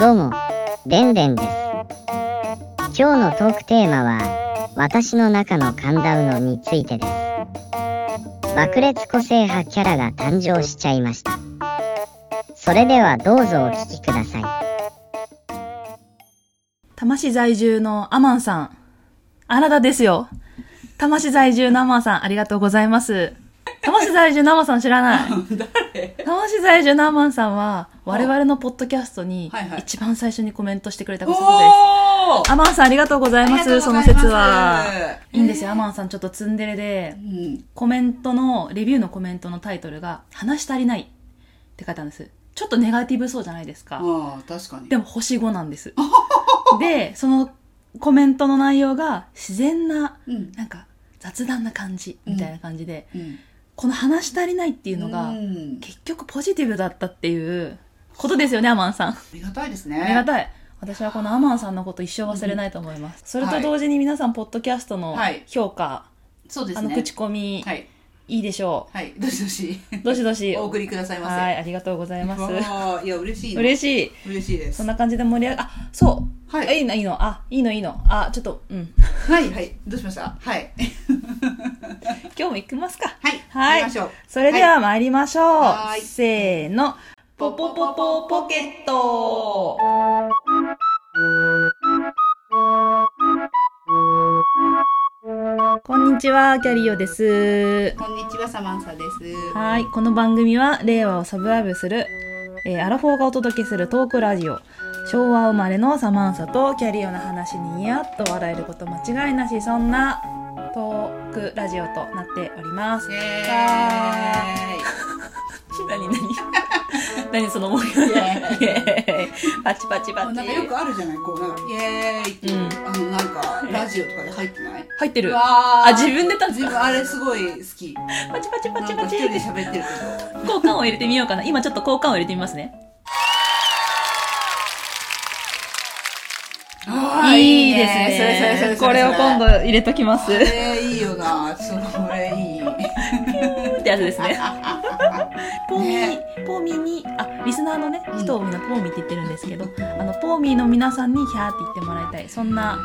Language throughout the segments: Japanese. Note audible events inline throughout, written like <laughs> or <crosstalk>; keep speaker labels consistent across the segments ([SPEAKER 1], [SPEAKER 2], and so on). [SPEAKER 1] どうも、でんでんです。今日のトークテーマは、私の中の神田うのについてです。爆裂個性派キャラが誕生しちゃいました。それではどうぞお聞きください。
[SPEAKER 2] 多摩市在住のアマンさん。あなたですよ。多摩市在住のアマンさん、ありがとうございます。多摩市在住のアマンさん知ら <laughs> ない。
[SPEAKER 3] 誰
[SPEAKER 2] 多摩市在住のアマンさんは、我々のポッドキャストに
[SPEAKER 3] はいはい
[SPEAKER 2] 一番最初にコメントしてくれた
[SPEAKER 3] お
[SPEAKER 2] こ
[SPEAKER 3] ー
[SPEAKER 2] とです。アマンさんありがとうございます、その説は。いいんですよ、アマンさんちょっとツンデレで
[SPEAKER 3] う、ん、
[SPEAKER 2] コメントの、レビューのコメントのタイトルが、話し足りないって書いたんです。ちょっとネガティブそうじゃないですか。
[SPEAKER 3] ああ確かに
[SPEAKER 2] でも星5なん
[SPEAKER 3] <laughs>
[SPEAKER 2] です。で、そのコメントの内容が自然な、
[SPEAKER 3] うん
[SPEAKER 2] なんか雑談な感じみたいな感じで、
[SPEAKER 3] うん
[SPEAKER 2] この話し足りないっていうのが、
[SPEAKER 3] うん
[SPEAKER 2] 結局ポジティブだったっていうことですよね、アマンさん。
[SPEAKER 3] ありがたいですね
[SPEAKER 2] ありがたい。私はこのアマンさんのこと一生忘れないと思います。それと同時に皆さん、ポッドキャストの
[SPEAKER 3] はい
[SPEAKER 2] 評価、
[SPEAKER 3] そうです
[SPEAKER 2] あ
[SPEAKER 3] ね
[SPEAKER 2] の、口コミ、、
[SPEAKER 3] はいい
[SPEAKER 2] いでしょ
[SPEAKER 3] はいどしどし
[SPEAKER 2] う。どしどし。
[SPEAKER 3] お送りくださいませ
[SPEAKER 2] はい、ありがとうございます。
[SPEAKER 3] わあいや嬉しいな
[SPEAKER 2] 嬉しい。
[SPEAKER 3] 嬉しいです
[SPEAKER 2] そんな感じで盛り上が、あ、そう。
[SPEAKER 3] はい
[SPEAKER 2] あいいの、いいの。あ、いいの、いいの。あ、ちょっと、うん。 <laughs>
[SPEAKER 3] はいはいどうしましたはい
[SPEAKER 2] 今日も行きますか。
[SPEAKER 3] はい
[SPEAKER 2] はい。
[SPEAKER 3] 行きましょう
[SPEAKER 2] それでは参りましょう。
[SPEAKER 3] はーい
[SPEAKER 2] せーの。ポポポポポケット。こんにちは、キャリオです。
[SPEAKER 3] こんにちはサマンサです
[SPEAKER 2] はい。この番組は、令和をサブライブする、えーアラフォーがお届けするトークラジオ。昭和生まれのサマンサとキャリオの話にニヤッと笑えること間違いなし、そんなトークラジオとなっております。
[SPEAKER 3] イエ
[SPEAKER 2] 何何何その盛り上がり
[SPEAKER 3] イ
[SPEAKER 2] パチパチパ
[SPEAKER 3] ー
[SPEAKER 2] チ
[SPEAKER 3] イなんかよくあるじゃないこうなんかイエーイっていう、
[SPEAKER 2] うん
[SPEAKER 3] あのなんかラジオとかで入ってない
[SPEAKER 2] 入ってる
[SPEAKER 3] うわー
[SPEAKER 2] あ自分で立つ
[SPEAKER 3] 自分あれすごい好き
[SPEAKER 2] パチパチパ
[SPEAKER 3] な
[SPEAKER 2] チ
[SPEAKER 3] んか
[SPEAKER 2] パ
[SPEAKER 3] 一
[SPEAKER 2] チ
[SPEAKER 3] 人で喋ってる
[SPEAKER 2] 交換を入れてみようかな今ちょっと交換を入れてみますね
[SPEAKER 3] けどあー
[SPEAKER 2] いいです
[SPEAKER 3] それそれそ
[SPEAKER 2] ね
[SPEAKER 3] れそ
[SPEAKER 2] これを今度入れときますっ
[SPEAKER 3] えー、いいよなそのこれいい
[SPEAKER 2] てやつ
[SPEAKER 3] <laughs>
[SPEAKER 2] ですねポーミー、
[SPEAKER 3] ね
[SPEAKER 2] ポーミーにあリスナーのね
[SPEAKER 3] うん
[SPEAKER 2] 人をみんなポーミーって言ってるんですけど、あのポーミーの皆さんにヒャーって言ってもらいたいそんな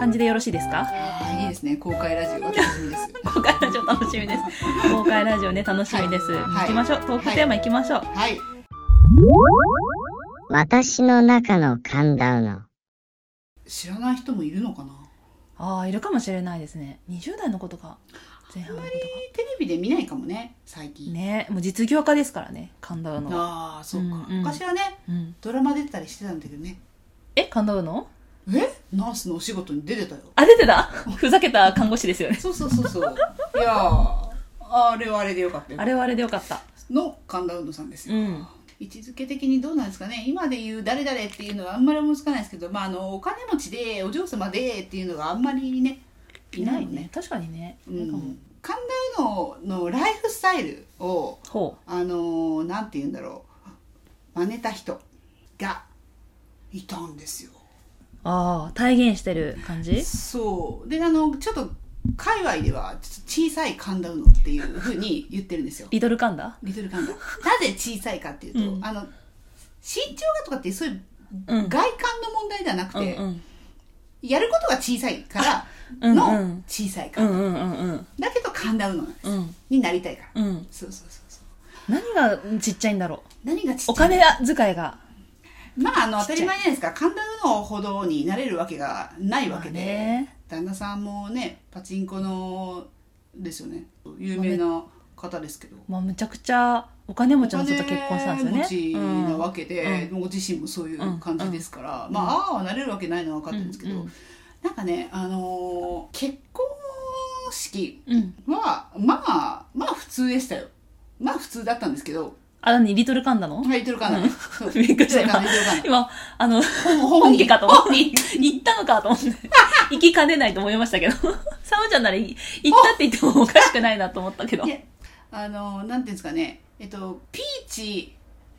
[SPEAKER 2] 感じでよろしいですか
[SPEAKER 3] あーいいですね公開ラジオが楽しみです
[SPEAKER 2] 公開ラジオ楽し
[SPEAKER 3] <laughs>
[SPEAKER 2] みです公開ラジオね楽しみです、
[SPEAKER 3] はい
[SPEAKER 2] 行きましょうトークテーマ行きましょう、
[SPEAKER 3] はい
[SPEAKER 1] 私の中の神田うの。
[SPEAKER 3] 知らない人もいるのかな
[SPEAKER 2] ああいるかもしれないですね20代の子とか前半の子とか
[SPEAKER 3] テレビで見ないかもね最近、
[SPEAKER 2] ねもう実業家ですからね神田うの、
[SPEAKER 3] ああそうか、
[SPEAKER 2] うんうん
[SPEAKER 3] 昔はね
[SPEAKER 2] うん、
[SPEAKER 3] ドラマ出てたりしてたんだけどね
[SPEAKER 2] え神田うの
[SPEAKER 3] えナースのお仕事に出てたよ
[SPEAKER 2] あ出てたふざけた看護師ですよ
[SPEAKER 3] <laughs>
[SPEAKER 2] ね
[SPEAKER 3] そうそうそうそういやーあれはあれでよかったよ
[SPEAKER 2] あれはあれでよかった
[SPEAKER 3] の神田うのさんです
[SPEAKER 2] う
[SPEAKER 3] よ、
[SPEAKER 2] ん
[SPEAKER 3] 位置づけ的にどうなんですかね今で言う誰々っていうのはあんまり思いつかないですけど、まあ、あのお金持ちでお嬢様でっていうのがあんまりねいないよね
[SPEAKER 2] 確かにね、
[SPEAKER 3] う、
[SPEAKER 2] なんかもうん
[SPEAKER 3] 神田うののライフスタイルを
[SPEAKER 2] ほ
[SPEAKER 3] あのーなんて言うんだろう真似た人がいたんですよ
[SPEAKER 2] うああ体現してる感じ
[SPEAKER 3] そうであのちょっと界隈ではちょっと小さい神田うのっていうふうに言ってるんですよ
[SPEAKER 2] リトル神田
[SPEAKER 3] リトル神田なぜ小さいかっていうと、
[SPEAKER 2] うん
[SPEAKER 3] あの身長がとかってそういう
[SPEAKER 2] うん
[SPEAKER 3] 外観の問題ではなくて、
[SPEAKER 2] うん
[SPEAKER 3] やることが小さいから
[SPEAKER 2] うんう
[SPEAKER 3] の
[SPEAKER 2] ん
[SPEAKER 3] 小さいか、
[SPEAKER 2] うんうんうんうん
[SPEAKER 3] だけど神田うのなんです、
[SPEAKER 2] うん
[SPEAKER 3] になりたいから、
[SPEAKER 2] うん
[SPEAKER 3] そうそうそうそう
[SPEAKER 2] 何がちっちゃいんだろ
[SPEAKER 3] 何がちっち
[SPEAKER 2] うお
[SPEAKER 3] ゃい
[SPEAKER 2] 金遣いが
[SPEAKER 3] まあ、あの、
[SPEAKER 2] ちっちゃ
[SPEAKER 3] 当た
[SPEAKER 2] い
[SPEAKER 3] り前じゃないですか。神田うのほどになれるわけがないわけで。
[SPEAKER 2] まあね
[SPEAKER 3] 旦那さんもね、パチンコの、ですよね。有名な方ですけど。
[SPEAKER 2] まあ、むちゃくちゃお金持ちの人と結婚したんですよね。
[SPEAKER 3] お金持ちなわけで、
[SPEAKER 2] う
[SPEAKER 3] ご自身もそういう感じですから、
[SPEAKER 2] ん
[SPEAKER 3] まあ、ああはなれるわけないのは分かってるんですけど、
[SPEAKER 2] うんうん
[SPEAKER 3] なんかね、あのー結婚式
[SPEAKER 2] うんうん、
[SPEAKER 3] は、まあ、まあ普通でしたよ。まあ普通だったんですけど、
[SPEAKER 2] あ、何リトルカンダの、
[SPEAKER 3] はい、言ってるかな。び
[SPEAKER 2] びっくりした。今、今あの、本家かと思って、行ったのかと思って、行きかねないと思いましたけど、 <laughs> サムちゃんならい行ったって言ってもおかしくないなと思ったけど。
[SPEAKER 3] いやあのなんていうんですかねえっとピーチ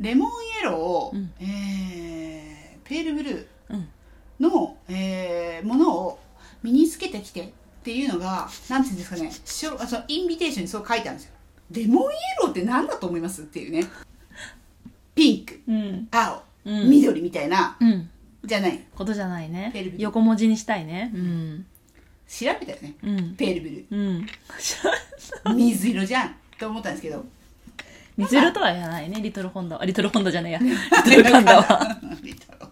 [SPEAKER 3] レモンイエロー、
[SPEAKER 2] うん
[SPEAKER 3] えーペールブルー
[SPEAKER 2] うん、
[SPEAKER 3] の、えーものを身につけてきてっていうのがなんていうんですかねしょあそのインビテーションにそう書いてあるんですよレモンイエローって何だと思いますっていうねピンク
[SPEAKER 2] うん。
[SPEAKER 3] 青、
[SPEAKER 2] うん
[SPEAKER 3] 緑みたいな、
[SPEAKER 2] うん。
[SPEAKER 3] じゃない。
[SPEAKER 2] ことじゃないね
[SPEAKER 3] ペルビ。ル
[SPEAKER 2] 横文字にしたいね。うん。
[SPEAKER 3] 調べたよね。
[SPEAKER 2] うん。
[SPEAKER 3] ペールブル
[SPEAKER 2] <laughs> うん。
[SPEAKER 3] ー。水色じゃんと思ったんですけど。
[SPEAKER 2] 水色とは言わないね、リトルホンダは。あリトルホンダじゃ <laughs> ねえや。リトルカンダは。
[SPEAKER 3] リトルホン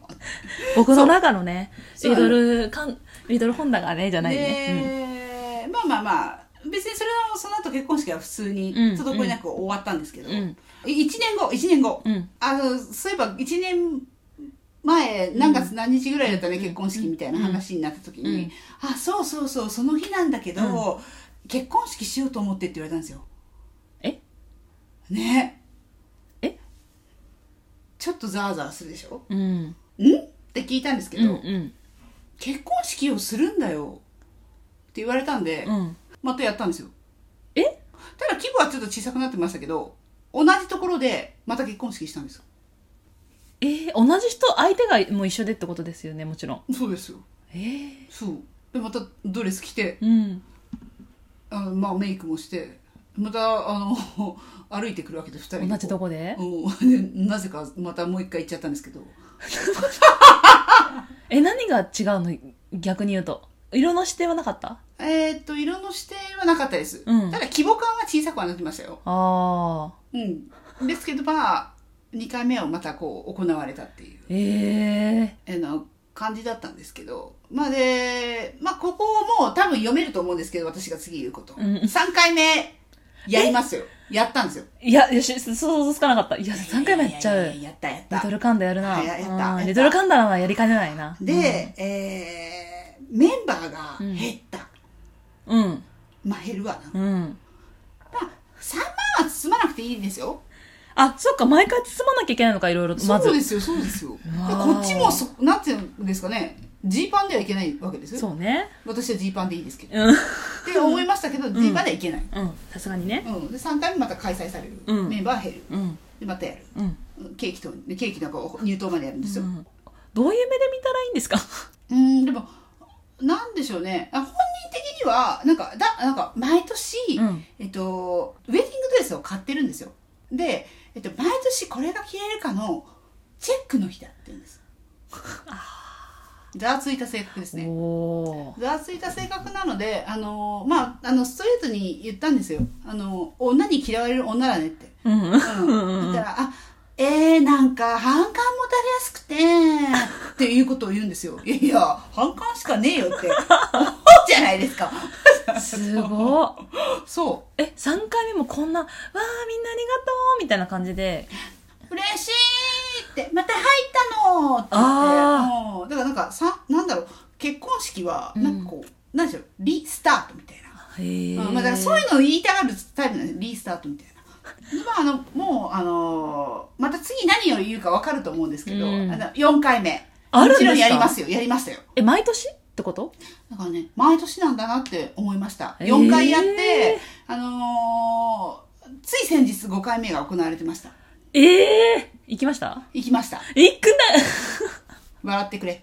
[SPEAKER 2] 僕の中のね、
[SPEAKER 3] そう
[SPEAKER 2] リトルカン、リトルホンダがね、じゃ
[SPEAKER 3] ダ
[SPEAKER 2] ないね。
[SPEAKER 3] で、まあまあまあ、別にそれはその後結婚式は普通に
[SPEAKER 2] うん
[SPEAKER 3] 滞りなく終わったんですけど、
[SPEAKER 2] うん
[SPEAKER 3] 1年後、1年後。
[SPEAKER 2] うん
[SPEAKER 3] あの、そういえば1年前、何月何日ぐらいだったね、結婚式みたいな話になった時に、あ、そうそうそう、その日なんだけど、結婚式しようと思ってって言われたんですよ。
[SPEAKER 2] え
[SPEAKER 3] ね
[SPEAKER 2] え
[SPEAKER 3] ちょっとザワザワするでしょ
[SPEAKER 2] うん。うん。
[SPEAKER 3] んって聞いたんですけ
[SPEAKER 2] うん。
[SPEAKER 3] ど、
[SPEAKER 2] うん。
[SPEAKER 3] 結婚式をするんだよって言われたんで、
[SPEAKER 2] うん。
[SPEAKER 3] またやったんですよ
[SPEAKER 2] え
[SPEAKER 3] ただ規模はちょっと小さくなってましたけど同じところでまた結婚式したんですよ
[SPEAKER 2] えー、同じ人、相手がもう一緒でってことですよね、もちろん。
[SPEAKER 3] そうですよ
[SPEAKER 2] えー、
[SPEAKER 3] そうでまたドレス着て
[SPEAKER 2] うん。
[SPEAKER 3] あのまあメイクもしてまたあの <laughs> 歩いてくるわけで2人で
[SPEAKER 2] 同じとこで
[SPEAKER 3] うんでなぜかまたもう一回行っちゃったんですけど
[SPEAKER 2] え、何が違うの逆に言うと。色の指定はなかった
[SPEAKER 3] えーっと色の指定はなかったです、
[SPEAKER 2] うん
[SPEAKER 3] ただ規模感は小さくはなってましたよ
[SPEAKER 2] ああ。
[SPEAKER 3] うんですけどまあ2回目はまたこう行われたっていう
[SPEAKER 2] ええ
[SPEAKER 3] えーの感じだったんですけど、まあで、まあここも多分読めると思うんですけど、私が次言うこと。
[SPEAKER 2] うん
[SPEAKER 3] 3回目、やりますよ。やったんですよ。
[SPEAKER 2] いや、いやし、想像つかなかった。いや、3回もやっちゃ
[SPEAKER 3] いや
[SPEAKER 2] う
[SPEAKER 3] いや。いややったやっ
[SPEAKER 2] リ
[SPEAKER 3] た
[SPEAKER 2] ト。ルカンダやるな。
[SPEAKER 3] はいややった
[SPEAKER 2] うん
[SPEAKER 3] やった
[SPEAKER 2] リトルカンダならやりかねないな。
[SPEAKER 3] で、えー、メンバーが減った。
[SPEAKER 2] うん、
[SPEAKER 3] まあ減るわな。
[SPEAKER 2] う
[SPEAKER 3] ま
[SPEAKER 2] ん。うん。
[SPEAKER 3] あ、3万は包まなくていいんですよ。
[SPEAKER 2] あ、そっか、毎回包まなきゃいけないのか、いろいろと。まず
[SPEAKER 3] そう。ですよ、そうですよ。
[SPEAKER 2] わー
[SPEAKER 3] こっちもそ、なんていうんですかね、ジーパンではいけないわけですよ。
[SPEAKER 2] そうね。
[SPEAKER 3] 私はジーパンでいいですけど。
[SPEAKER 2] うん。
[SPEAKER 3] って思いましたけど、ジーパンではいけない。
[SPEAKER 2] うん。さすがにね。
[SPEAKER 3] うん。で、3回目また開催される。
[SPEAKER 2] うん
[SPEAKER 3] メンバーは減る。
[SPEAKER 2] うん。
[SPEAKER 3] で、またやる。
[SPEAKER 2] うん。
[SPEAKER 3] ケーキとケーキなんかを入刀までやるんです
[SPEAKER 2] う
[SPEAKER 3] よ。
[SPEAKER 2] んどういう目で見たらいいんですか
[SPEAKER 3] うん、でもなんでしょうね。あ本人的にはなんかだなんか毎年、
[SPEAKER 2] うん
[SPEAKER 3] えっとウェディングドレスを買ってるんですよ。で、えっと毎年これが着れるかのチェックの日だって言う
[SPEAKER 2] <laughs>
[SPEAKER 3] んです。ざわついた性格ですね。
[SPEAKER 2] おー。
[SPEAKER 3] ざわついた性格なので、あのまあ、あの、ストレートに言ったんですよ。あの女に嫌われる女だねって。
[SPEAKER 2] うん。
[SPEAKER 3] うん、だったら、あ、えー、なんか、反感もたれやすくて、っていうことを言うんです <laughs> よ。いやいや、反感しかねえよ <laughs> って。思うじゃないですか。
[SPEAKER 2] すごっ。
[SPEAKER 3] そ
[SPEAKER 2] え、3回目もこんな、わー、みんなありがとうみたいな感じで。
[SPEAKER 3] う。嬉しいって、また入ったのって言
[SPEAKER 2] あ
[SPEAKER 3] って。うんだからなんか、さ、なんだろう、結婚式は、なんかこう、なんでしょう、リスタートみたいな。
[SPEAKER 2] へー
[SPEAKER 3] うんまあ、だからそういうのを言いたがるタイプなんですリスタートみたい
[SPEAKER 2] <laughs>
[SPEAKER 3] な。まあ、あのもう、あのーまた次何を言うか分かると思うんですけど、
[SPEAKER 2] うん
[SPEAKER 3] あの4回目
[SPEAKER 2] あるんですか
[SPEAKER 3] もちろんやりますよやりましたよ
[SPEAKER 2] え、毎年ってこと
[SPEAKER 3] だからね毎年なんだなって思いました
[SPEAKER 2] へー
[SPEAKER 3] 4回やって、あのーつい先日5回目が行われてました
[SPEAKER 2] ええー、行きました
[SPEAKER 3] 行きました
[SPEAKER 2] 行く
[SPEAKER 3] 笑ってくれ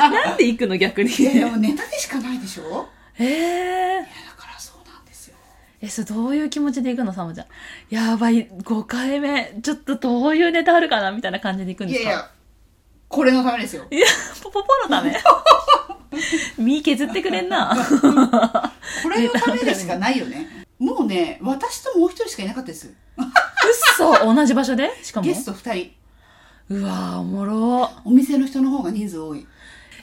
[SPEAKER 2] な <laughs> なんで行くの逆に。
[SPEAKER 3] いやでもネタでしかないでしょい
[SPEAKER 2] え
[SPEAKER 3] や
[SPEAKER 2] えー。
[SPEAKER 3] だからそうなんですよ
[SPEAKER 2] え、それどういう気持ちで行くのサムちゃん。やばい、5回目、ちょっとどういうネタあるかなみたいな感じで行くん
[SPEAKER 3] い
[SPEAKER 2] です
[SPEAKER 3] やい
[SPEAKER 2] か
[SPEAKER 3] やこれのためですよ
[SPEAKER 2] いや、ポポポのため
[SPEAKER 3] <laughs>
[SPEAKER 2] 身削ってくれんな。
[SPEAKER 3] これのためでしかない
[SPEAKER 2] <laughs>
[SPEAKER 3] よねもうね私ともう一人しかいなかったです
[SPEAKER 2] 嘘同じ場所でしかも
[SPEAKER 3] ゲ。スト2人
[SPEAKER 2] うわぁ、おもろ
[SPEAKER 3] お店の人の方が人数多い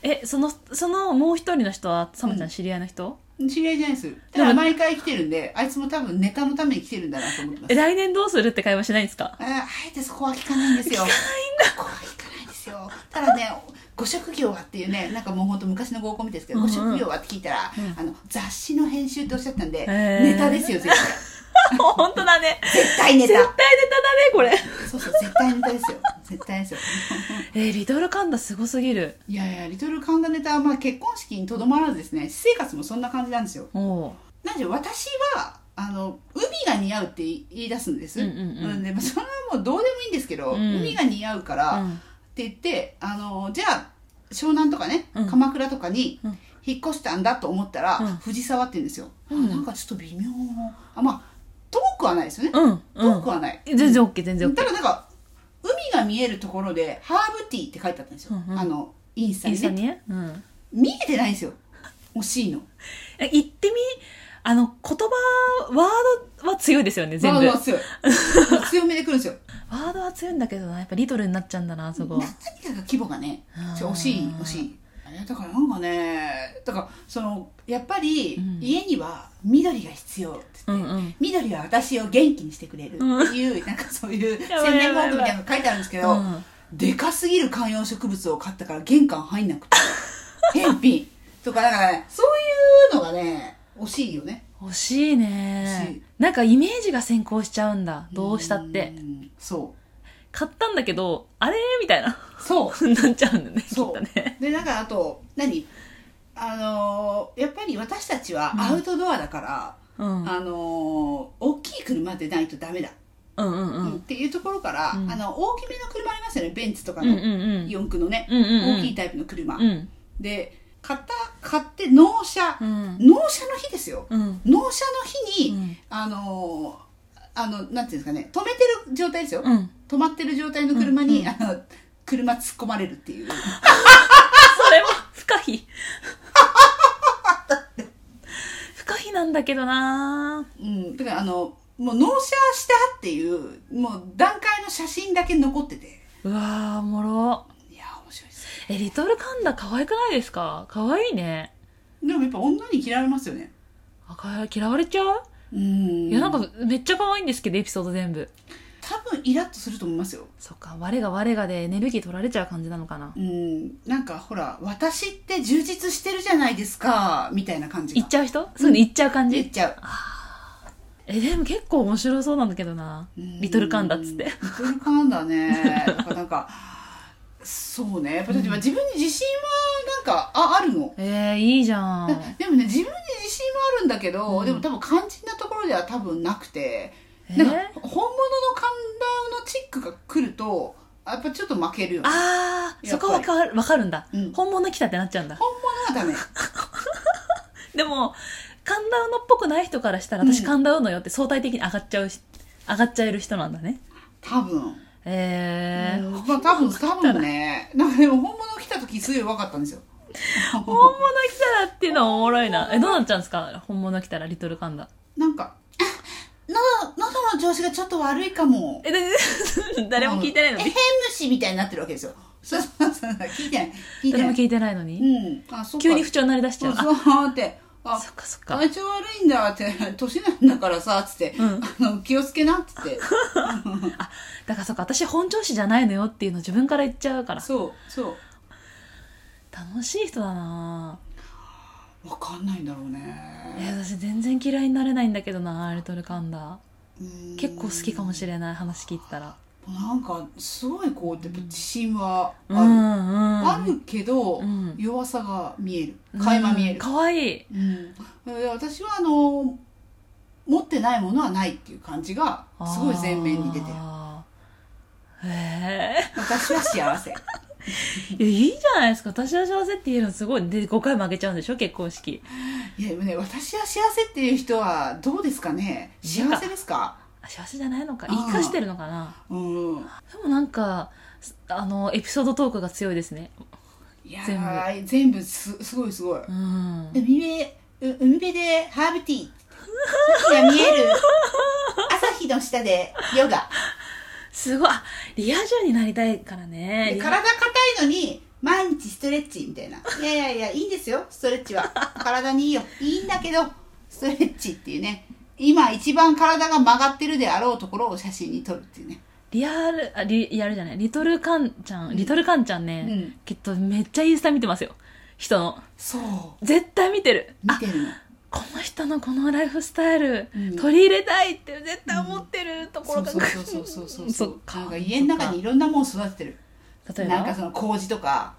[SPEAKER 2] え、その、そのもう一人の人は、サムちゃ
[SPEAKER 3] うん
[SPEAKER 2] ん知り合いの人、
[SPEAKER 3] 知り合いじゃないですただ毎回来てるんであいつも多分ネタのために来てるんだなと思ってます
[SPEAKER 2] え、来年どうするって会話しないんです
[SPEAKER 3] <laughs>
[SPEAKER 2] か
[SPEAKER 3] あーあえてそこは聞かないんですよ聞かないんだここは聞かないんですよただねご職業はっていうねなんかもうほんと昔の合コンみたいですけ
[SPEAKER 2] う
[SPEAKER 3] ど、
[SPEAKER 2] んうん
[SPEAKER 3] ご職業はって聞いたら、あの雑誌の編集っておっしゃったんで、
[SPEAKER 2] へー
[SPEAKER 3] ネタですよ絶対
[SPEAKER 2] 本当だね。
[SPEAKER 3] 絶対ネ
[SPEAKER 2] 絶対ネタだ
[SPEAKER 3] タ
[SPEAKER 2] ね、これ。
[SPEAKER 3] そうそう絶対ネタですよ絶対
[SPEAKER 2] <laughs>
[SPEAKER 3] ですよ
[SPEAKER 2] えーリトルカンダすごすぎる。
[SPEAKER 3] いやいやリトルカンダネタは、まあ、結婚式にとどまらずですね私生活もそんな感じなんですよ
[SPEAKER 2] おう。
[SPEAKER 3] なんで私はあの海が似合うって言い出すんです、
[SPEAKER 2] うんうんうん
[SPEAKER 3] でまあそれはもうどうでもいいんですけど、
[SPEAKER 2] うん
[SPEAKER 3] 海が似合うから、
[SPEAKER 2] う
[SPEAKER 3] っ
[SPEAKER 2] ん
[SPEAKER 3] て言ってあのじゃあ湘南とかね、
[SPEAKER 2] うん
[SPEAKER 3] 鎌倉とかに
[SPEAKER 2] うん
[SPEAKER 3] 引っ越したんだと思ったら、
[SPEAKER 2] うん
[SPEAKER 3] 藤沢って言うんですよ、
[SPEAKER 2] うん
[SPEAKER 3] あなんかちょっと微妙なあまあ遠くはないですよね、
[SPEAKER 2] うん。う
[SPEAKER 3] 遠くはない、
[SPEAKER 2] ん。全然 OK、全然 OK。
[SPEAKER 3] だからなんか海が見えるところで、ハーブティーって書いてあったんですよ。
[SPEAKER 2] うんうん
[SPEAKER 3] あの、インスタ
[SPEAKER 2] イン
[SPEAKER 3] に
[SPEAKER 2] スタ
[SPEAKER 3] ね。
[SPEAKER 2] にね、うん、
[SPEAKER 3] 見えてないんですよ。惜しいの。
[SPEAKER 2] え言ってみあの言葉ワードは強いですよね全部
[SPEAKER 3] わ
[SPEAKER 2] ワ
[SPEAKER 3] あ強い。強めで来るんですよ。
[SPEAKER 2] ードは強いんだけどなやっぱリトルになっちゃうんだなあそこは
[SPEAKER 3] 何かが規模がね
[SPEAKER 2] あー
[SPEAKER 3] ちょ惜しい惜しいえだからなんかねだからそのやっぱり
[SPEAKER 2] うん
[SPEAKER 3] 家には緑が必要って
[SPEAKER 2] う
[SPEAKER 3] 言っ
[SPEAKER 2] ん
[SPEAKER 3] て、
[SPEAKER 2] うん
[SPEAKER 3] 緑は私を元気にしてくれるっていう、なんかそういう
[SPEAKER 2] やばい
[SPEAKER 3] 宣伝文句みたいなの書いてあるんですけど、
[SPEAKER 2] うん
[SPEAKER 3] でかすぎる観葉植物を買ったから玄関入んなく
[SPEAKER 2] <laughs>
[SPEAKER 3] て返品とかだから、ね、そういうのがね惜しいよね
[SPEAKER 2] 惜しいね
[SPEAKER 3] 惜しい
[SPEAKER 2] なんかイメージが先行しちゃうんだどうしたって
[SPEAKER 3] うんそ
[SPEAKER 2] 買ったんだけどあれみたいな <laughs>
[SPEAKER 3] うそう
[SPEAKER 2] なっちゃうんだねきっ
[SPEAKER 3] そ
[SPEAKER 2] と
[SPEAKER 3] う
[SPEAKER 2] ね
[SPEAKER 3] でだからあと何あのーやっぱり私たちはアウトドアだから、
[SPEAKER 2] うん
[SPEAKER 3] あのー大きい車でないとダメだ、
[SPEAKER 2] うんうんうん
[SPEAKER 3] っていうところから、
[SPEAKER 2] うん
[SPEAKER 3] あの大きめの車ありますよねベンツとか
[SPEAKER 2] うんうん
[SPEAKER 3] の
[SPEAKER 2] うん
[SPEAKER 3] 四駆のね、
[SPEAKER 2] うんうんうん
[SPEAKER 3] 大きいタイプの車、
[SPEAKER 2] うん
[SPEAKER 3] で買った買って納車、
[SPEAKER 2] うん
[SPEAKER 3] 納車の日ですよ、
[SPEAKER 2] うん
[SPEAKER 3] 納車の日に、
[SPEAKER 2] うん
[SPEAKER 3] あのーあのなんていうんですかね止めてる状態ですよ、
[SPEAKER 2] うん
[SPEAKER 3] 止まってる状態の車に、
[SPEAKER 2] うん
[SPEAKER 3] あの車突っ込まれるっていう。
[SPEAKER 2] それは不可
[SPEAKER 3] <laughs>
[SPEAKER 2] 避不可避なんだけどな
[SPEAKER 3] うん、だからあのもう納車したっていうもう段階の写真だけ残ってて
[SPEAKER 2] うわーおもろ
[SPEAKER 3] いや面白いです
[SPEAKER 2] えリトルカンダ可愛くないですか可愛いね
[SPEAKER 3] でもやっぱ女に嫌われますよね
[SPEAKER 2] あかわい嫌われちゃう、
[SPEAKER 3] うん
[SPEAKER 2] いやなんかめっちゃ可愛いんですけどエピソード全部
[SPEAKER 3] 多分イラッとすると思いますよ
[SPEAKER 2] そっか我が我がでエネルギー取られちゃう感じなのかな
[SPEAKER 3] うんなんかほら私って充実してるじゃないですかみたいな感じが
[SPEAKER 2] いっちゃう人そういうのいっちゃう感じ、
[SPEAKER 3] 言っちゃう
[SPEAKER 2] えでも結構面白そうなんだけどな
[SPEAKER 3] うん
[SPEAKER 2] リトルカンダっつって
[SPEAKER 3] リトルカンダねなんかなんかそうねやっぱ自分に自信はなんかああるの
[SPEAKER 2] えー、いいじゃん
[SPEAKER 3] だでもね自分に自信はあるんだけど、
[SPEAKER 2] うん
[SPEAKER 3] でも多分肝心なところでは多分なくて、
[SPEAKER 2] え
[SPEAKER 3] なん
[SPEAKER 2] ー
[SPEAKER 3] か本物の寒ダウのチックが来るとやっぱちょっと負けるよね
[SPEAKER 2] あー
[SPEAKER 3] や
[SPEAKER 2] そ
[SPEAKER 3] っぱ
[SPEAKER 2] こ
[SPEAKER 3] り
[SPEAKER 2] はかわわかるんだ、
[SPEAKER 3] うん
[SPEAKER 2] 本物来たってなっちゃうんだ
[SPEAKER 3] 本物はダメ
[SPEAKER 2] でも、神田うのっぽくない人からしたら、私
[SPEAKER 3] うん
[SPEAKER 2] 神田うのよって相対的に上がっちゃうし、上がっちゃえる人なんだね。
[SPEAKER 3] 多分、
[SPEAKER 2] えー、
[SPEAKER 3] まあ多分多分ねなんかでも本物来た時すごい分かったんですよ
[SPEAKER 2] 本物来たらっていうのはおもろいな。え、どうなっちゃうんですか本物来たら、リトル神田。
[SPEAKER 3] なんか <laughs> あ喉喉の調子がちょっと悪いかも <laughs>
[SPEAKER 2] え、だ誰も聞いてないの
[SPEAKER 3] え
[SPEAKER 2] に。
[SPEAKER 3] 変虫みたいになってるわけですよそうそうそう聞いてない聞いて
[SPEAKER 2] 誰
[SPEAKER 3] な
[SPEAKER 2] も
[SPEAKER 3] い
[SPEAKER 2] 聞いてないのに。
[SPEAKER 3] うんあそっか
[SPEAKER 2] 急に不調になりだしち
[SPEAKER 3] そ
[SPEAKER 2] ゃ
[SPEAKER 3] う
[SPEAKER 2] う。
[SPEAKER 3] そうって
[SPEAKER 2] あ、
[SPEAKER 3] あ
[SPEAKER 2] そっかそっか。
[SPEAKER 3] 体調悪いんだって年なんだからさつって、
[SPEAKER 2] うん
[SPEAKER 3] あの気をつけなっ
[SPEAKER 2] <laughs>
[SPEAKER 3] つって
[SPEAKER 2] だからそっか、私本調子じゃないのよっていうの自分から言っちゃうから。
[SPEAKER 3] そうそ
[SPEAKER 2] 楽しい人だな
[SPEAKER 3] うわかんないんだろう
[SPEAKER 2] え、
[SPEAKER 3] ね
[SPEAKER 2] 私全然嫌いになれないんだけどなリトル神田。結構好きかもし
[SPEAKER 3] れ
[SPEAKER 2] れない、話聞いてたら。
[SPEAKER 3] ないなんかすごいこうやってやっぱ自信はあ
[SPEAKER 2] う
[SPEAKER 3] る、
[SPEAKER 2] んうん。
[SPEAKER 3] あるけど、
[SPEAKER 2] うん
[SPEAKER 3] 弱さが見える垣間見える、
[SPEAKER 2] かわいい。
[SPEAKER 3] うんで私はあの持ってないものはないっていう感じがすごい前面に出てる
[SPEAKER 2] あーへ
[SPEAKER 3] 私は幸せ
[SPEAKER 2] え。いや、いいじゃないですか。私は幸せって言えるのすごい。で、5回負けちゃうんでしょ結婚式。
[SPEAKER 3] いやでもね私は幸せっていう人はどうですかね幸せですか
[SPEAKER 2] あ幸せじゃないのか。
[SPEAKER 3] あ
[SPEAKER 2] 言い
[SPEAKER 3] ー
[SPEAKER 2] 返してるのかな。
[SPEAKER 3] うん
[SPEAKER 2] でもなんか、すあの、エピソードトークが強いですね。
[SPEAKER 3] いやー全部すすごいすごい、
[SPEAKER 2] うん。
[SPEAKER 3] 海辺う海辺でハーブティー海が見え
[SPEAKER 2] <laughs>
[SPEAKER 3] る朝日の下でヨガ
[SPEAKER 2] すごい。あリア充になりたいからね。
[SPEAKER 3] で
[SPEAKER 2] リア
[SPEAKER 3] 体硬いのに毎日ストレッチみたいないやいやいやいいんですよストレッチは体にいいよいいんだけどストレッチっていうね今一番体が曲がってるであろうところを写真に撮るっていうね
[SPEAKER 2] リアル、あ、リリアルじゃない。リトルカンちゃん、リトルカンちゃんね、
[SPEAKER 3] うん
[SPEAKER 2] きっとめっちゃインスタ見てますよ。人の。
[SPEAKER 3] そう
[SPEAKER 2] 絶対見てる。
[SPEAKER 3] 見てるの
[SPEAKER 2] この人のこのライフスタイル、
[SPEAKER 3] うん
[SPEAKER 2] 取り入れたいって絶対思ってるとこ
[SPEAKER 3] そ
[SPEAKER 2] ろ
[SPEAKER 3] う
[SPEAKER 2] が、
[SPEAKER 3] そうそうそうそうそ
[SPEAKER 2] そうっか
[SPEAKER 3] なんか家の中にいろんなもん育ててる
[SPEAKER 2] <laughs> 例えばなん
[SPEAKER 3] な
[SPEAKER 2] ん
[SPEAKER 3] か
[SPEAKER 2] か
[SPEAKER 3] その麹と
[SPEAKER 2] <laughs>
[SPEAKER 3] か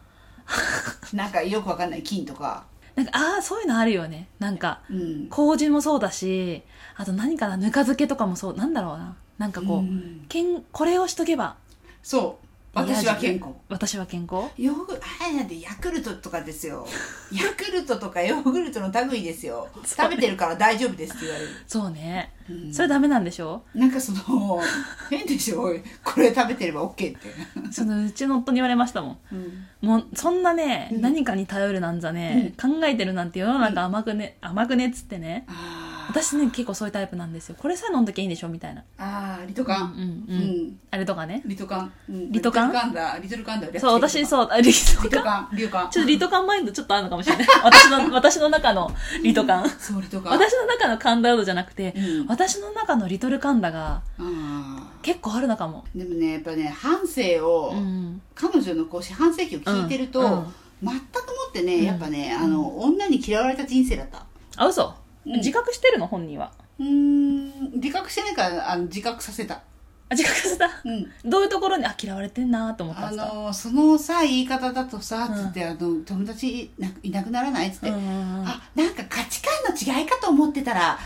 [SPEAKER 3] なんかよくわかんない菌とか、
[SPEAKER 2] ああそういうのあるよねなんか
[SPEAKER 3] うん、
[SPEAKER 2] 麹もそうだしあと何かなぬか漬けとかもそうなんだろうななんかこう、
[SPEAKER 3] うん
[SPEAKER 2] けんこれをしとけば
[SPEAKER 3] そ私は健康
[SPEAKER 2] 私は健康
[SPEAKER 3] ヨーグあれなんてヤクルトとかですよヤクルトとかヨーグルトの類で
[SPEAKER 2] <laughs>
[SPEAKER 3] すよ食べてるから大丈夫ですって言われる、
[SPEAKER 2] そうね、
[SPEAKER 3] うん
[SPEAKER 2] それダメなんでしょ
[SPEAKER 3] なんかその変でしょこれ食べてれば OK って、
[SPEAKER 2] そのうちの夫に言われましたもん
[SPEAKER 3] うん、
[SPEAKER 2] もうそんなね、
[SPEAKER 3] うん
[SPEAKER 2] 何かに頼るなんざね、考えてるなんて世の中甘くね、甘くねっつってね
[SPEAKER 3] あー
[SPEAKER 2] 私ね結構そういうタイプなんですよこれさえ飲んどきゃいいんでしょみたいな
[SPEAKER 3] あーリトカン
[SPEAKER 2] うんう
[SPEAKER 3] う
[SPEAKER 2] ん、
[SPEAKER 3] ん
[SPEAKER 2] あれとかね
[SPEAKER 3] リトカン、うん
[SPEAKER 2] リトカン
[SPEAKER 3] リトルカンダリトルカンダ
[SPEAKER 2] そう私そうあリ
[SPEAKER 3] リ
[SPEAKER 2] ト
[SPEAKER 3] ト
[SPEAKER 2] カン
[SPEAKER 3] カンリトカン
[SPEAKER 2] ちょっとリトカンマインドちょっとあるのかもしれない <laughs> 私の私の中のリトカン
[SPEAKER 3] そうリトカン
[SPEAKER 2] 私の中のカンダウドじゃなくて、
[SPEAKER 3] うん
[SPEAKER 2] 私の中のリトルカンダが
[SPEAKER 3] あ
[SPEAKER 2] 結構あるのかも、
[SPEAKER 3] ーでもねやっぱね半生を、
[SPEAKER 2] うん、
[SPEAKER 3] 彼女のこう四半世紀を聞いてると、
[SPEAKER 2] うんうん
[SPEAKER 3] 全くもってねやっぱね、あの女に嫌われた人生だった
[SPEAKER 2] あ嘘、
[SPEAKER 3] うん
[SPEAKER 2] 自覚してるの本人は
[SPEAKER 3] うーん自覚してないからあの自覚させた
[SPEAKER 2] あ自覚した
[SPEAKER 3] うん
[SPEAKER 2] どういうところにあ嫌われてんなと思ったん
[SPEAKER 3] あ
[SPEAKER 2] ですか
[SPEAKER 3] のそのさ言い方だとさ、
[SPEAKER 2] うん
[SPEAKER 3] つってあの友達いないなくならないつって、
[SPEAKER 2] うんうんうん
[SPEAKER 3] あなんか価値観の違いかと思ってたら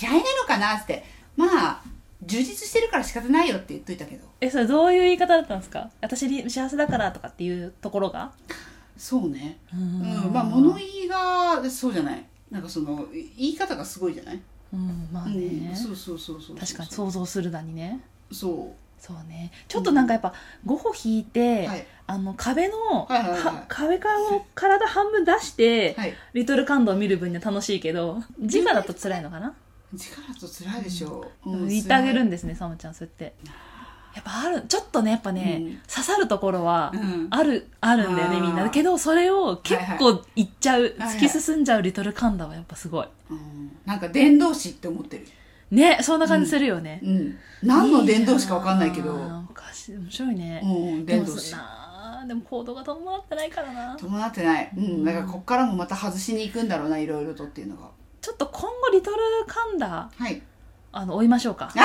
[SPEAKER 3] 嫌いなのかなつってまあ充実してるから仕方ないよって言っといたけど
[SPEAKER 2] えそれどういう言い方だったんですか私り幸せだからとかっていうところが
[SPEAKER 3] そうね
[SPEAKER 2] う
[SPEAKER 3] うんん、まあ物言いがそうじゃないなんかそのい言い方がすごいじゃない、
[SPEAKER 2] うんまあ
[SPEAKER 3] う
[SPEAKER 2] ね
[SPEAKER 3] ん、そうそうそうそう
[SPEAKER 2] 確かに
[SPEAKER 3] そう
[SPEAKER 2] 想像するだにね
[SPEAKER 3] そ
[SPEAKER 2] そうねちょっとなんかやっぱ5歩引いて、
[SPEAKER 3] うはい
[SPEAKER 2] あの壁の、
[SPEAKER 3] はいはいはい
[SPEAKER 2] は壁からを体半分出して、
[SPEAKER 3] はい
[SPEAKER 2] リトル感度を見る分には楽しいけど自我だと辛いのかな、
[SPEAKER 3] 力と辛いでしょう、
[SPEAKER 2] うん
[SPEAKER 3] うん
[SPEAKER 2] 言ってあげるん
[SPEAKER 3] だ
[SPEAKER 2] ですねサムちゃんそうやってやっぱあるちょっとねやっぱね、
[SPEAKER 3] うん
[SPEAKER 2] 刺さるところは
[SPEAKER 3] うん
[SPEAKER 2] ある、あるんだよね
[SPEAKER 3] あー
[SPEAKER 2] みんなけどそれを結構いっちゃう、
[SPEAKER 3] はいはい
[SPEAKER 2] 突き進んじゃうリトルカンダはやっぱすごい
[SPEAKER 3] うんなんか伝道師って思ってる、
[SPEAKER 2] ねそんな感じするよね、
[SPEAKER 3] うん、何の伝道師か分かんないけど
[SPEAKER 2] いいじゃんおかしい面白いね、
[SPEAKER 3] うん
[SPEAKER 2] で
[SPEAKER 3] 伝
[SPEAKER 2] も
[SPEAKER 3] 道
[SPEAKER 2] そん
[SPEAKER 3] 師
[SPEAKER 2] なでも行動が伴ってないからな
[SPEAKER 3] 伴ってないうんだからこっからもまた外しに行くんだろうないろいろとっていうのが
[SPEAKER 2] ちょっと今後リトルカンダ
[SPEAKER 3] はい
[SPEAKER 2] あの追いましょうか
[SPEAKER 3] あ
[SPEAKER 2] <laughs>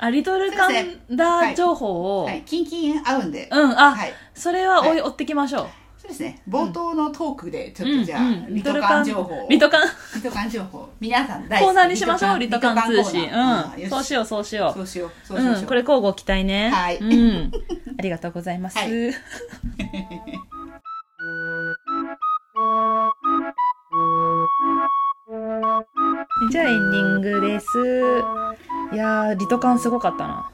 [SPEAKER 2] あリトルカ
[SPEAKER 3] そう
[SPEAKER 2] ンダ情報を、
[SPEAKER 3] はいキンキン合うんで、
[SPEAKER 2] うんあ、
[SPEAKER 3] はい
[SPEAKER 2] それは追い、
[SPEAKER 3] はい
[SPEAKER 2] 追ってきましょう
[SPEAKER 3] そうですね冒頭のトークでちょっ
[SPEAKER 2] うん
[SPEAKER 3] とじゃあ、
[SPEAKER 2] うん
[SPEAKER 3] リトカン情報
[SPEAKER 2] リトカン
[SPEAKER 3] リトカン情報皆さん大好き
[SPEAKER 2] コーナーにしましょうリトカン通
[SPEAKER 3] リ
[SPEAKER 2] 信
[SPEAKER 3] トカンコ
[SPEAKER 2] う
[SPEAKER 3] ーナーあ
[SPEAKER 2] ん
[SPEAKER 3] ー
[SPEAKER 2] そう
[SPEAKER 3] よ
[SPEAKER 2] し
[SPEAKER 3] し
[SPEAKER 2] ようそうしよう
[SPEAKER 3] そうしようそうしよう
[SPEAKER 2] うん、これ交互期待ね。
[SPEAKER 3] はい
[SPEAKER 2] うん。 <laughs> ありがとうございます。
[SPEAKER 3] は
[SPEAKER 2] <laughs> じゃあエンディングです。いやー、リトカンすごかったな。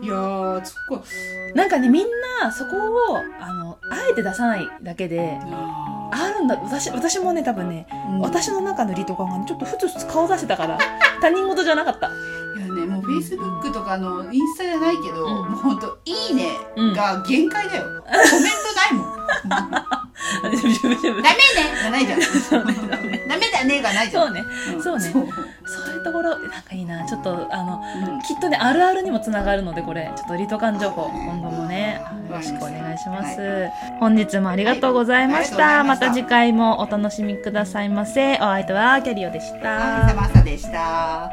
[SPEAKER 3] いやーすっごい
[SPEAKER 2] なんかね、みんなそこを、あの、あえて出さないだけで、
[SPEAKER 3] あ
[SPEAKER 2] あるんだ、私、私もね、多分ね、
[SPEAKER 3] ーうん
[SPEAKER 2] 私の中のリトカンがね、ちょっとふつふつ顔出してた
[SPEAKER 3] <laughs>
[SPEAKER 2] から、他人事じゃなかった。
[SPEAKER 3] いやねもうフェイスブックとかあのインスタじゃないけど、
[SPEAKER 2] うん
[SPEAKER 3] もうほんと「いいね」
[SPEAKER 2] うん
[SPEAKER 3] が限界だよ、コメントないもんダメねがないじゃ
[SPEAKER 2] <laughs>
[SPEAKER 3] んダメだねがないじゃん
[SPEAKER 2] そうね、
[SPEAKER 3] ん
[SPEAKER 2] そうね
[SPEAKER 3] そう、
[SPEAKER 2] そういうところ、なんかいいな、ちょっと、あの、
[SPEAKER 3] うん
[SPEAKER 2] きっとね、あるあるにもつながるので、これ、ちょっとリトカン情報、今後もね、
[SPEAKER 3] はい
[SPEAKER 2] よろしくお願いします。
[SPEAKER 3] は
[SPEAKER 2] 本日もありがとうございました。
[SPEAKER 3] はいあり
[SPEAKER 2] ま
[SPEAKER 3] がと
[SPEAKER 2] た
[SPEAKER 3] うございまし
[SPEAKER 2] 次
[SPEAKER 3] た
[SPEAKER 2] 回もお楽しみくださいませ。お相手はキャリオでした。
[SPEAKER 3] あ、久々でした。